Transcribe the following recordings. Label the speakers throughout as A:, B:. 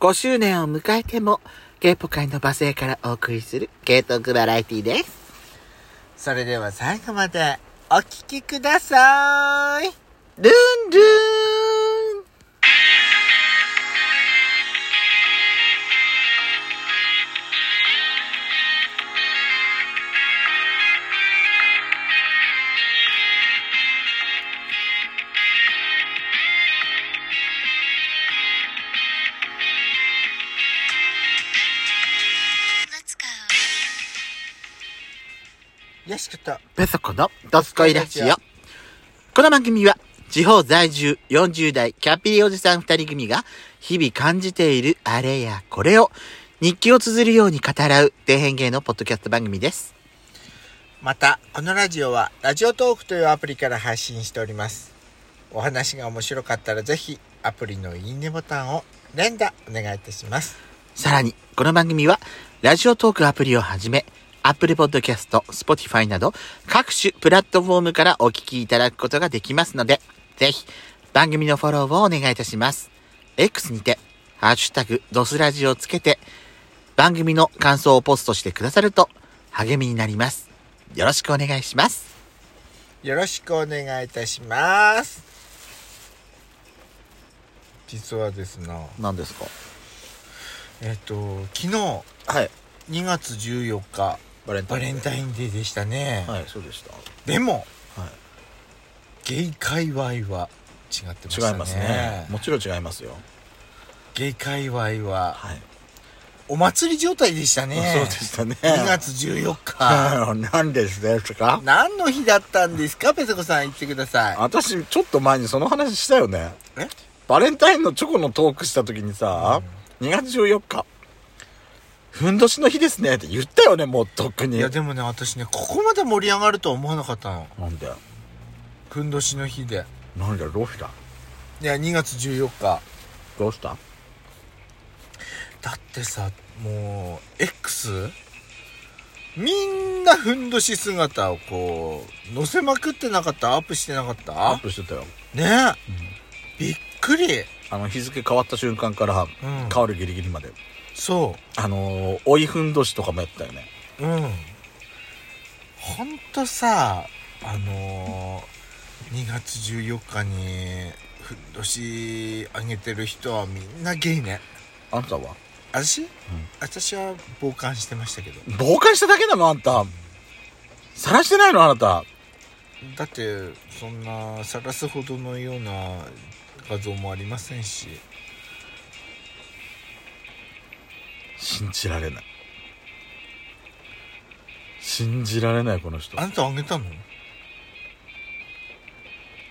A: 5周年を迎えても、ゲイポ界の罵声からお送りする、ゲートークバラエティです。それでは最後まで、お聞きください。ルンルン
B: よしこと。
A: ペソコのドスコイラジオ。この番組は、地方在住40代キャピリおじさん2人組が、日々感じているあれやこれを、日記を綴るように語らう、底辺芸のポッドキャスト番組です。
B: また、このラジオは、ラジオトークというアプリから配信しております。お話が面白かったら、ぜひ、アプリのいいねボタンを連打お願いいたします。
A: さらに、この番組は、ラジオトークアプリをはじめ、Apple Podcast、Spotify など、各種プラットフォームからお聞きいただくことができますので、ぜひ、番組のフォローをお願いいたします。X にて、ハッシュタグ、ドスラジをつけて、番組の感想をポストしてくださると、励みになります。よろしくお願いします。
B: よろしくお願いいたします。実はですね、
A: 何ですか
B: えっ、と、昨日、
A: はい。
B: 2月14日、
A: バレン
B: バレンタインデーでしたね。
A: い、そうでした。
B: でも、
A: はい
B: ゲイ界隈は違ってましたね。
A: ちろん違いますよ。
B: ゲイ界隈は、
A: はい。
B: お祭り状態でしたね。
A: した ね
B: 2月14日。
A: 何ですですか
B: 何の日だったんですかペソコさん言ってください。
C: 私ちょっと前にその話したよね
B: え
C: バレンタインのチョコのトークした時にさ、2月14日ふんどしの日ですねって言ったよねもうとっく
B: い
C: に
B: やでもね、私ね、ここまで盛り上がるとは思わなかったの。
C: なんだよ
B: ふんどしの日で。
C: なんだよどうした
B: いや、2月14日。
C: どうした
B: だってさ、もう、X? みんなふんどし姿をこう、載せまくってなかったアップしてなかっ
C: ア
B: た
C: ップしてたよ
B: ねえ、びっくり。
C: あの日付変わった瞬間から
B: うん
C: 変わるギリギリまで、
B: そ
C: あのー追いふんどしとかもやったよね
B: う。うん。ほんとさ、あのー、2月14日に、ふんどしあげてる人はみんなゲイね。
C: あんたは
B: 私、私は傍観してましたけど。
C: 傍観しただけなのあんた晒してないのあなた
B: だって、そんな、晒すほどのような画像もありませんし。
C: 信じられない信じられないこの人
B: あんたあげたの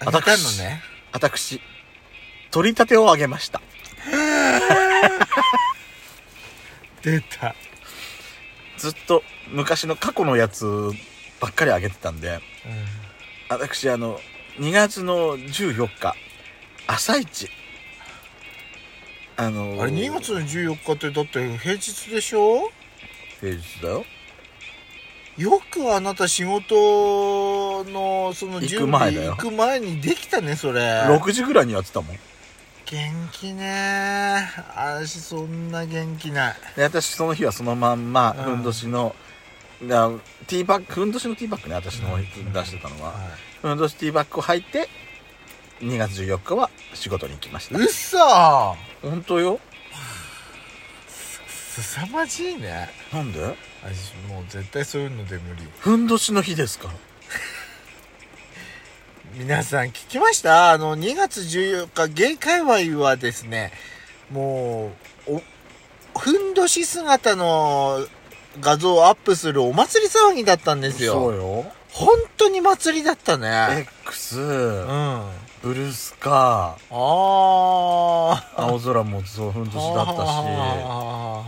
B: あげたの
C: 私
B: ね。
C: 私取り立てをあげました
B: 出た。
C: ずっと昔の過去のやつばっかりあげてたんで
B: うん。
C: 私あの2月の14日朝一あのー
B: あれ、2月の14日って、だって平日でしょ
C: 平日だよ
B: よくあなた仕事のその
C: 行く
B: 準
C: 前
B: 備
C: だ
B: 行
C: よ
B: く前にできたねそれ
C: 6時ぐらいにやってたもん
B: 元気ね私そんな元気ない
C: で私その日はそのまんま
B: うん
C: ふんどしのだティーバッグふんどしのティーバッグね私の出してたのはふんどしティーバッグを履いて2月14日は仕事に行きました
B: うっそ
C: 本当よ
B: すさまじいね
C: なんで
B: 私もう絶対そういうので無理
C: ふんどしの日ですから
B: 皆さん聞きましたあの2月14日ゲイ界隈はですねもうおふんどし姿の画像をアップするお祭り騒ぎだったんです
C: そ
B: よ
C: うよ
B: 本当に祭りだったね
C: X
B: うん
C: ブルースカー
B: ああ。
C: 青空もそうふんどしだった
B: あ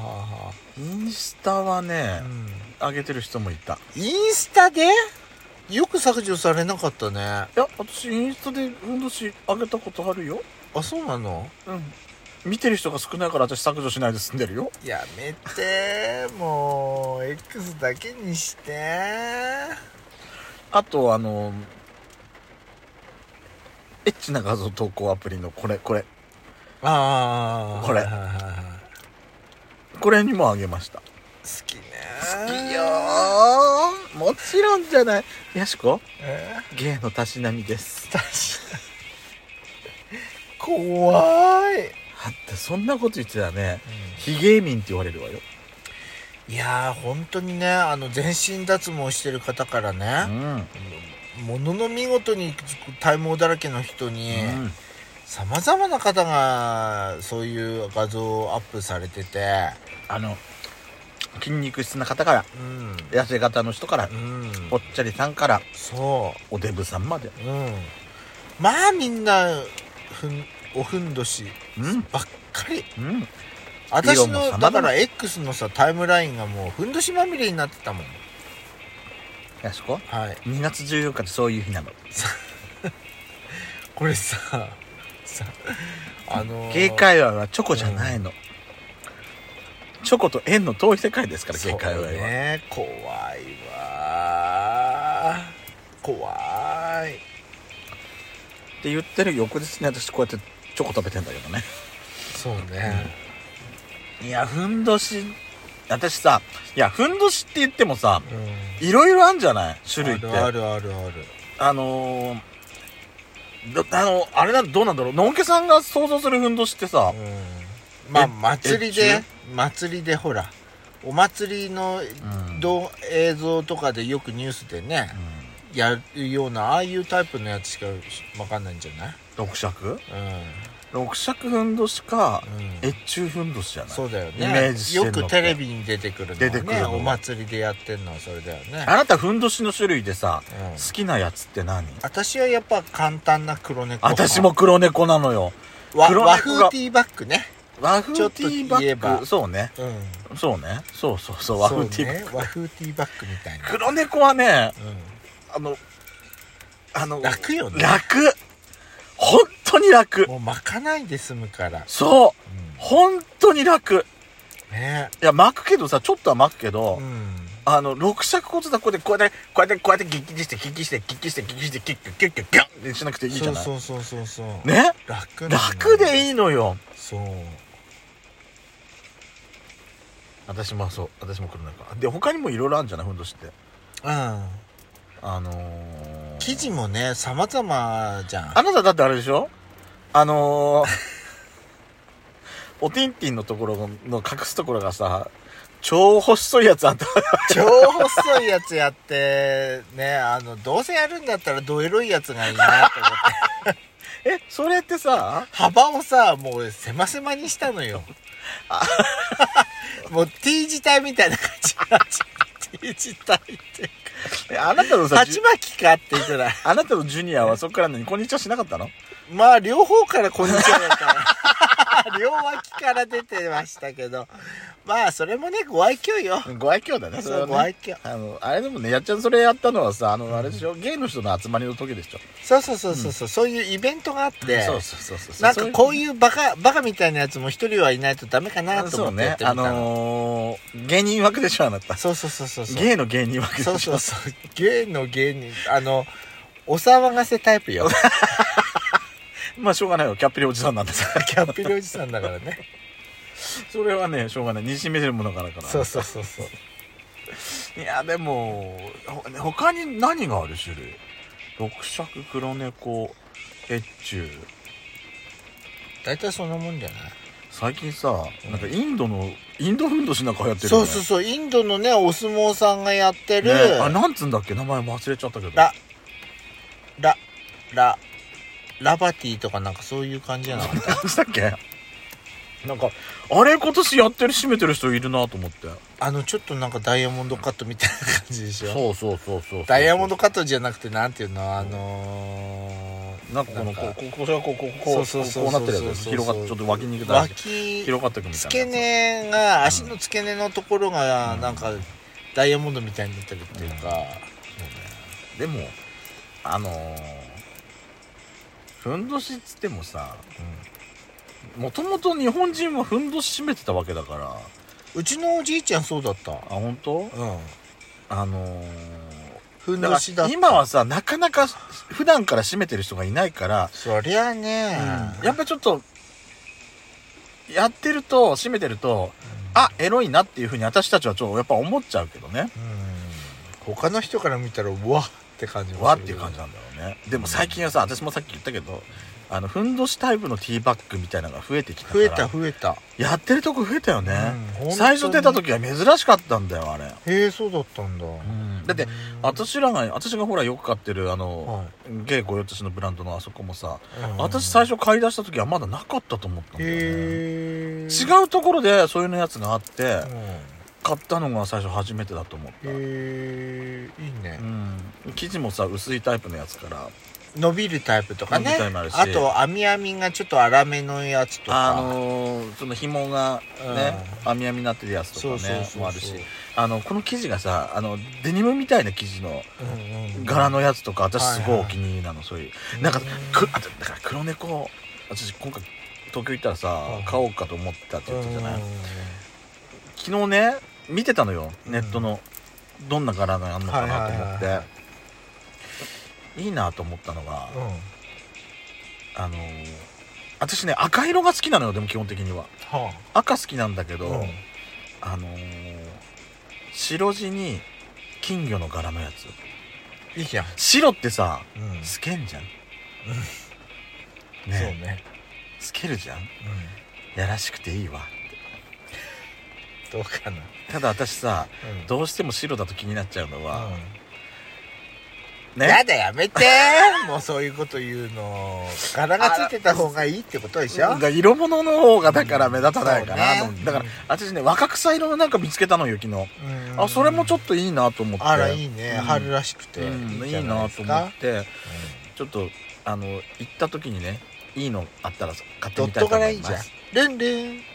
C: しインスタはね
B: ーうん
C: 上げてる人もいた
B: インスタでよく削除されなかったね。あ、
C: いや私インスタでふんどし上げたことあるよ
B: そうなの
C: うん見てる人が少ないから私削除しないで済んでるよ
B: やめて、もう、X だけにして。
C: あとあのエッチな画像投稿アプリのこれこれ
B: ああ。
C: これ
B: はいはいはいはい
C: これにもあげました
B: きね
C: いやーもちろんじゃないやしこ
B: え
C: 芸のたしなみです
B: ー怖い、
C: だってそんなこと言ってたらね非芸民って言われるわよ
B: いやー本当にねあの全身脱毛してる方から
C: う
B: ね、
C: ん、
B: ものの見事に体毛だらけの人にさまざまな方がそういう画像をアップされてて
C: あの筋肉質な方から
B: うん、
C: 痩せ型の人から
B: うん、
C: ぽっちゃりさんから
B: そ
C: おデブさんまで
B: ううんまあみんなふんおふんどし
C: うん
B: ばっかり
C: うん
B: 私
C: 色も様
B: の
C: 々
B: だから X のさタイムラインがもうふんどしまみれになってたもん
C: やしこ
B: はい
C: 2月14日ってそういう日なの
B: これささあのー
C: 芸界隈はチョコじゃないの、チョコと縁の遠い世界ですから芸界隈
B: そ
C: は、
B: うね怖いわ怖い
C: って言ってる翌日に私こうやってチョコ食べてんだけどね
B: そうね、
C: いやふんどし私さいやふんどしって言ってもさ
B: うん
C: いろいろあんじゃない種類
B: あ
C: って
B: るあるあるある
C: あのーどあのあれなんどうなんだろうのんけさんが想像するふんどしってさ、
B: うんまあ
C: え
B: 祭り
C: え
B: で祭りでほらお祭りの
C: うん
B: 動映像とかでよくニュースでねやるようなああいうタイプのやつしかわかんないんじゃない
C: 六尺
B: う
C: 六尺ふんどしか
B: ん、うん、
C: 越中ふんどしじゃない
B: そうだよね
C: イメージしてんの
B: よくテレビに出てくるのはね
C: 出てくるのは
B: お祭りでやってんのはそれだよね
C: あなたふんどしの種類でさ、
B: うん
C: 好きなやつって何
B: 私はやっぱ簡単な黒猫
C: 私も黒猫なのよ
B: わ
C: 黒猫が
B: 和風ティーバッグね
C: 和風
B: ちょっ
C: テ
B: と
C: ィーバ
B: 言え
C: ッ
B: ば
C: グそうね
B: うん
C: そうねそうそうそう和風ティーバッグ、
B: そうね和風ティーバッグみたいな、
C: 黒猫はね
B: う
C: あのあの
B: ん、楽よね
C: 楽本当に楽
B: もう巻かないで済むから、
C: そう
B: う
C: 本当に楽
B: ん、ね
C: いや巻くけどさちょっとは巻くけど、
B: うん
C: あの六尺骨だこうでこうやってこうやってこうやってギッキリしてギッキリしてギッキリしてギッキリしてギッキリギッキリギュッってしなくていいじ
B: そ
C: ゃ
B: う
C: ない
B: そうそうそうそう、
C: ね
B: 楽なの
C: 楽でいいのよ
B: そう
C: 私もそう私も黒猫で他にもいろいろあるんじゃないふんどしって
B: うん
C: あのー、
B: 生地もね様々じゃん
C: あなただってあれでしょあ のー、おてんてんのところの隠すところがさ、超細いやつあった。
B: 超細いやつやってねあのどうせやるんだったらどエロいやつがいいなと思って
C: え、それってさ、
B: 幅をさもう狭狭にしたのよ もう T 字体みたいな感じになっちゃう T 字体って
C: えあなたのさ、じ
B: 鉢
C: ゅ
B: 巻きかっていうくらい
C: あなたのジュニアはそこから何こんにちはしなかったの
B: まあ両方からこんにちはだから 両脇から出てましたけどまあそれもねご愛嬌よ
C: ご愛嬌だね、それ
B: そ
C: は
B: うご
C: ね。
B: 愛嬌
C: あの、あれでもね、やっちゃんそれやったのはさ、あの、あれでしょ、ゲイの人の集まりの時でしょ。
B: そうそうそうそうそうそういうイベントがあって
C: そうそうそうそう。
B: なんかこう
C: う
B: いうバカバカみたいなやつも一人はいないとダメかなと
C: そう
B: 思ってや
C: ね
B: っ、てみ
C: あ
B: たの
C: のー、芸人枠でしょ、あなた。
B: そうそうそうそうそう
C: ゲイの芸人枠でし
B: そ
C: ょ。
B: う そうそう芸の芸人あのお騒がせタイプ よ
C: まあ、しょうがないよ、キャッピリおじさんなんです
B: キャッピリおじさんだからね
C: それはねしょうがないにじめてるものからから
B: そうそうそうそう
C: いやでもほ他に何がある種類六尺黒猫越中
B: 大体そんなもんじゃない
C: 最近さなんかインドのインドフンドしなんか流行ってる
B: そ
C: よ、
B: う
C: ね、
B: そうそうインドのねお相撲さんがやってる、
C: ねあなんつうんだっけ名前忘れちゃったけど
B: ララララバティとかなんかそういう感じじゃなかった
C: 何でしたっけなんかあれ今年やってる締めてる人いるなと思って
B: あのちょっとなんかダイヤモンドカットみたいな感じでしょ
C: そうそうそうそう
B: ダイヤモンドカットじゃなくてなんていうのあのー
C: なんかこのこ
B: なん
C: う
B: か
C: こうこうこうこうこうこう
B: そうそうそう
C: こうなってるやつ
B: そうそうそう
C: 広がってちょっと脇に行くだけ
B: 脇
C: 広がってくみたいな
B: 付け根が足の付け根のところがなんかダイヤモンドみたいになってるっていうか、
C: でもあのー、ふんどしっつってもさもともと日本人はふんどし締めてたわけだからあ
B: うちのおじいちゃんそうだった
C: 本当
B: うん
C: あのー
B: ふん
C: だ
B: どしだ
C: か
B: った
C: ら今はさなかなか普段から締めてる人がいないから、
B: そりゃね、
C: やっぱちょっとやってると締めてると
B: うん
C: あエロいなっていうふうに私たちはちょっとやっぱ思っちゃうけどね
B: うん他の人から見たらうわって感じもする
C: わっていう感じなんだろうねでも最近はさ私もさっき言ったけどあのふんどしタイプのティーバッグみたいなのが増えてきたか
B: 増
C: ら
B: えた増えた
C: やってるとこ増えたよね
B: うん本当、に
C: 最初出た時は珍しかったんだよあれ、
B: へえそうだったんだ、
C: だって私らが私がほらよく買ってるあの
B: は、
C: ゲイ御用達のブランドのあそこもさ、
B: うん
C: 私最初買い出した時はまだなかったと思ったんだよね
B: へえ
C: 違うところでそういうのやつがあって
B: うんへ
C: 買ったのが最初初めてだと思った、
B: えいいね
C: うん、生地もさ薄いタイプのやつから
B: 伸びるタイプとか
C: 伸び
B: ね
C: るタイプもあるし
B: あと編み編みがちょっと粗めのやつとか
C: あのーその紐がね編み編みになってるやつとかねもあるしあのこの生地がさあのデニムみたいな生地の
B: うんうん
C: 柄のやつとか私すごい
B: はい
C: お
B: はい
C: 気に入りなの、そういうなんかくあとだから黒猫私今回東京行ったらさ
B: うん
C: 買おうかと思ってたって
B: うん
C: 言
B: う
C: っ
B: ん
C: たじゃない昨日ね見てたのよネットのどんな柄があんのかなと思
B: はい
C: っ
B: はいはいは
C: ていいなと思ったのが
B: うん
C: あのー私ね赤色が好きなのよでも基本的には
B: は
C: 赤好きなんだけ
B: あ
C: ど、
B: うん
C: あのー白地に金魚の柄のやつ
B: いいじゃん
C: 白ってさ
B: うん
C: 透けんじゃん、
B: そう
C: ね
B: ね
C: 透けるじゃんやらしくていいわ
B: どうかな
C: ただ私さ
B: うん
C: どうしても白だと気になっちゃうの
B: や
C: は、ね
B: だやめてもうそういうこと言うの柄がついてた方がいいってことでしょ
C: だから色物の方がだから目立たないかなと
B: そう
C: 思って、
B: ね
C: だから私ね若草色のなんか見つけたのよ昨日、あそれもちょっ
B: と
C: といいなと思って
B: あらいいね、
C: うん
B: 春らしくてい
C: うん、
B: い
C: い
B: じゃ
C: い
B: ない
C: な
B: です
C: と思
B: か
C: ってちょっとあの行った時にねいいのあったら買って
B: ド
C: み
B: ッ
C: たいと
B: ト
C: 思
B: 柄
C: い
B: いい
C: ま
B: じゃん
C: す
B: ルンルン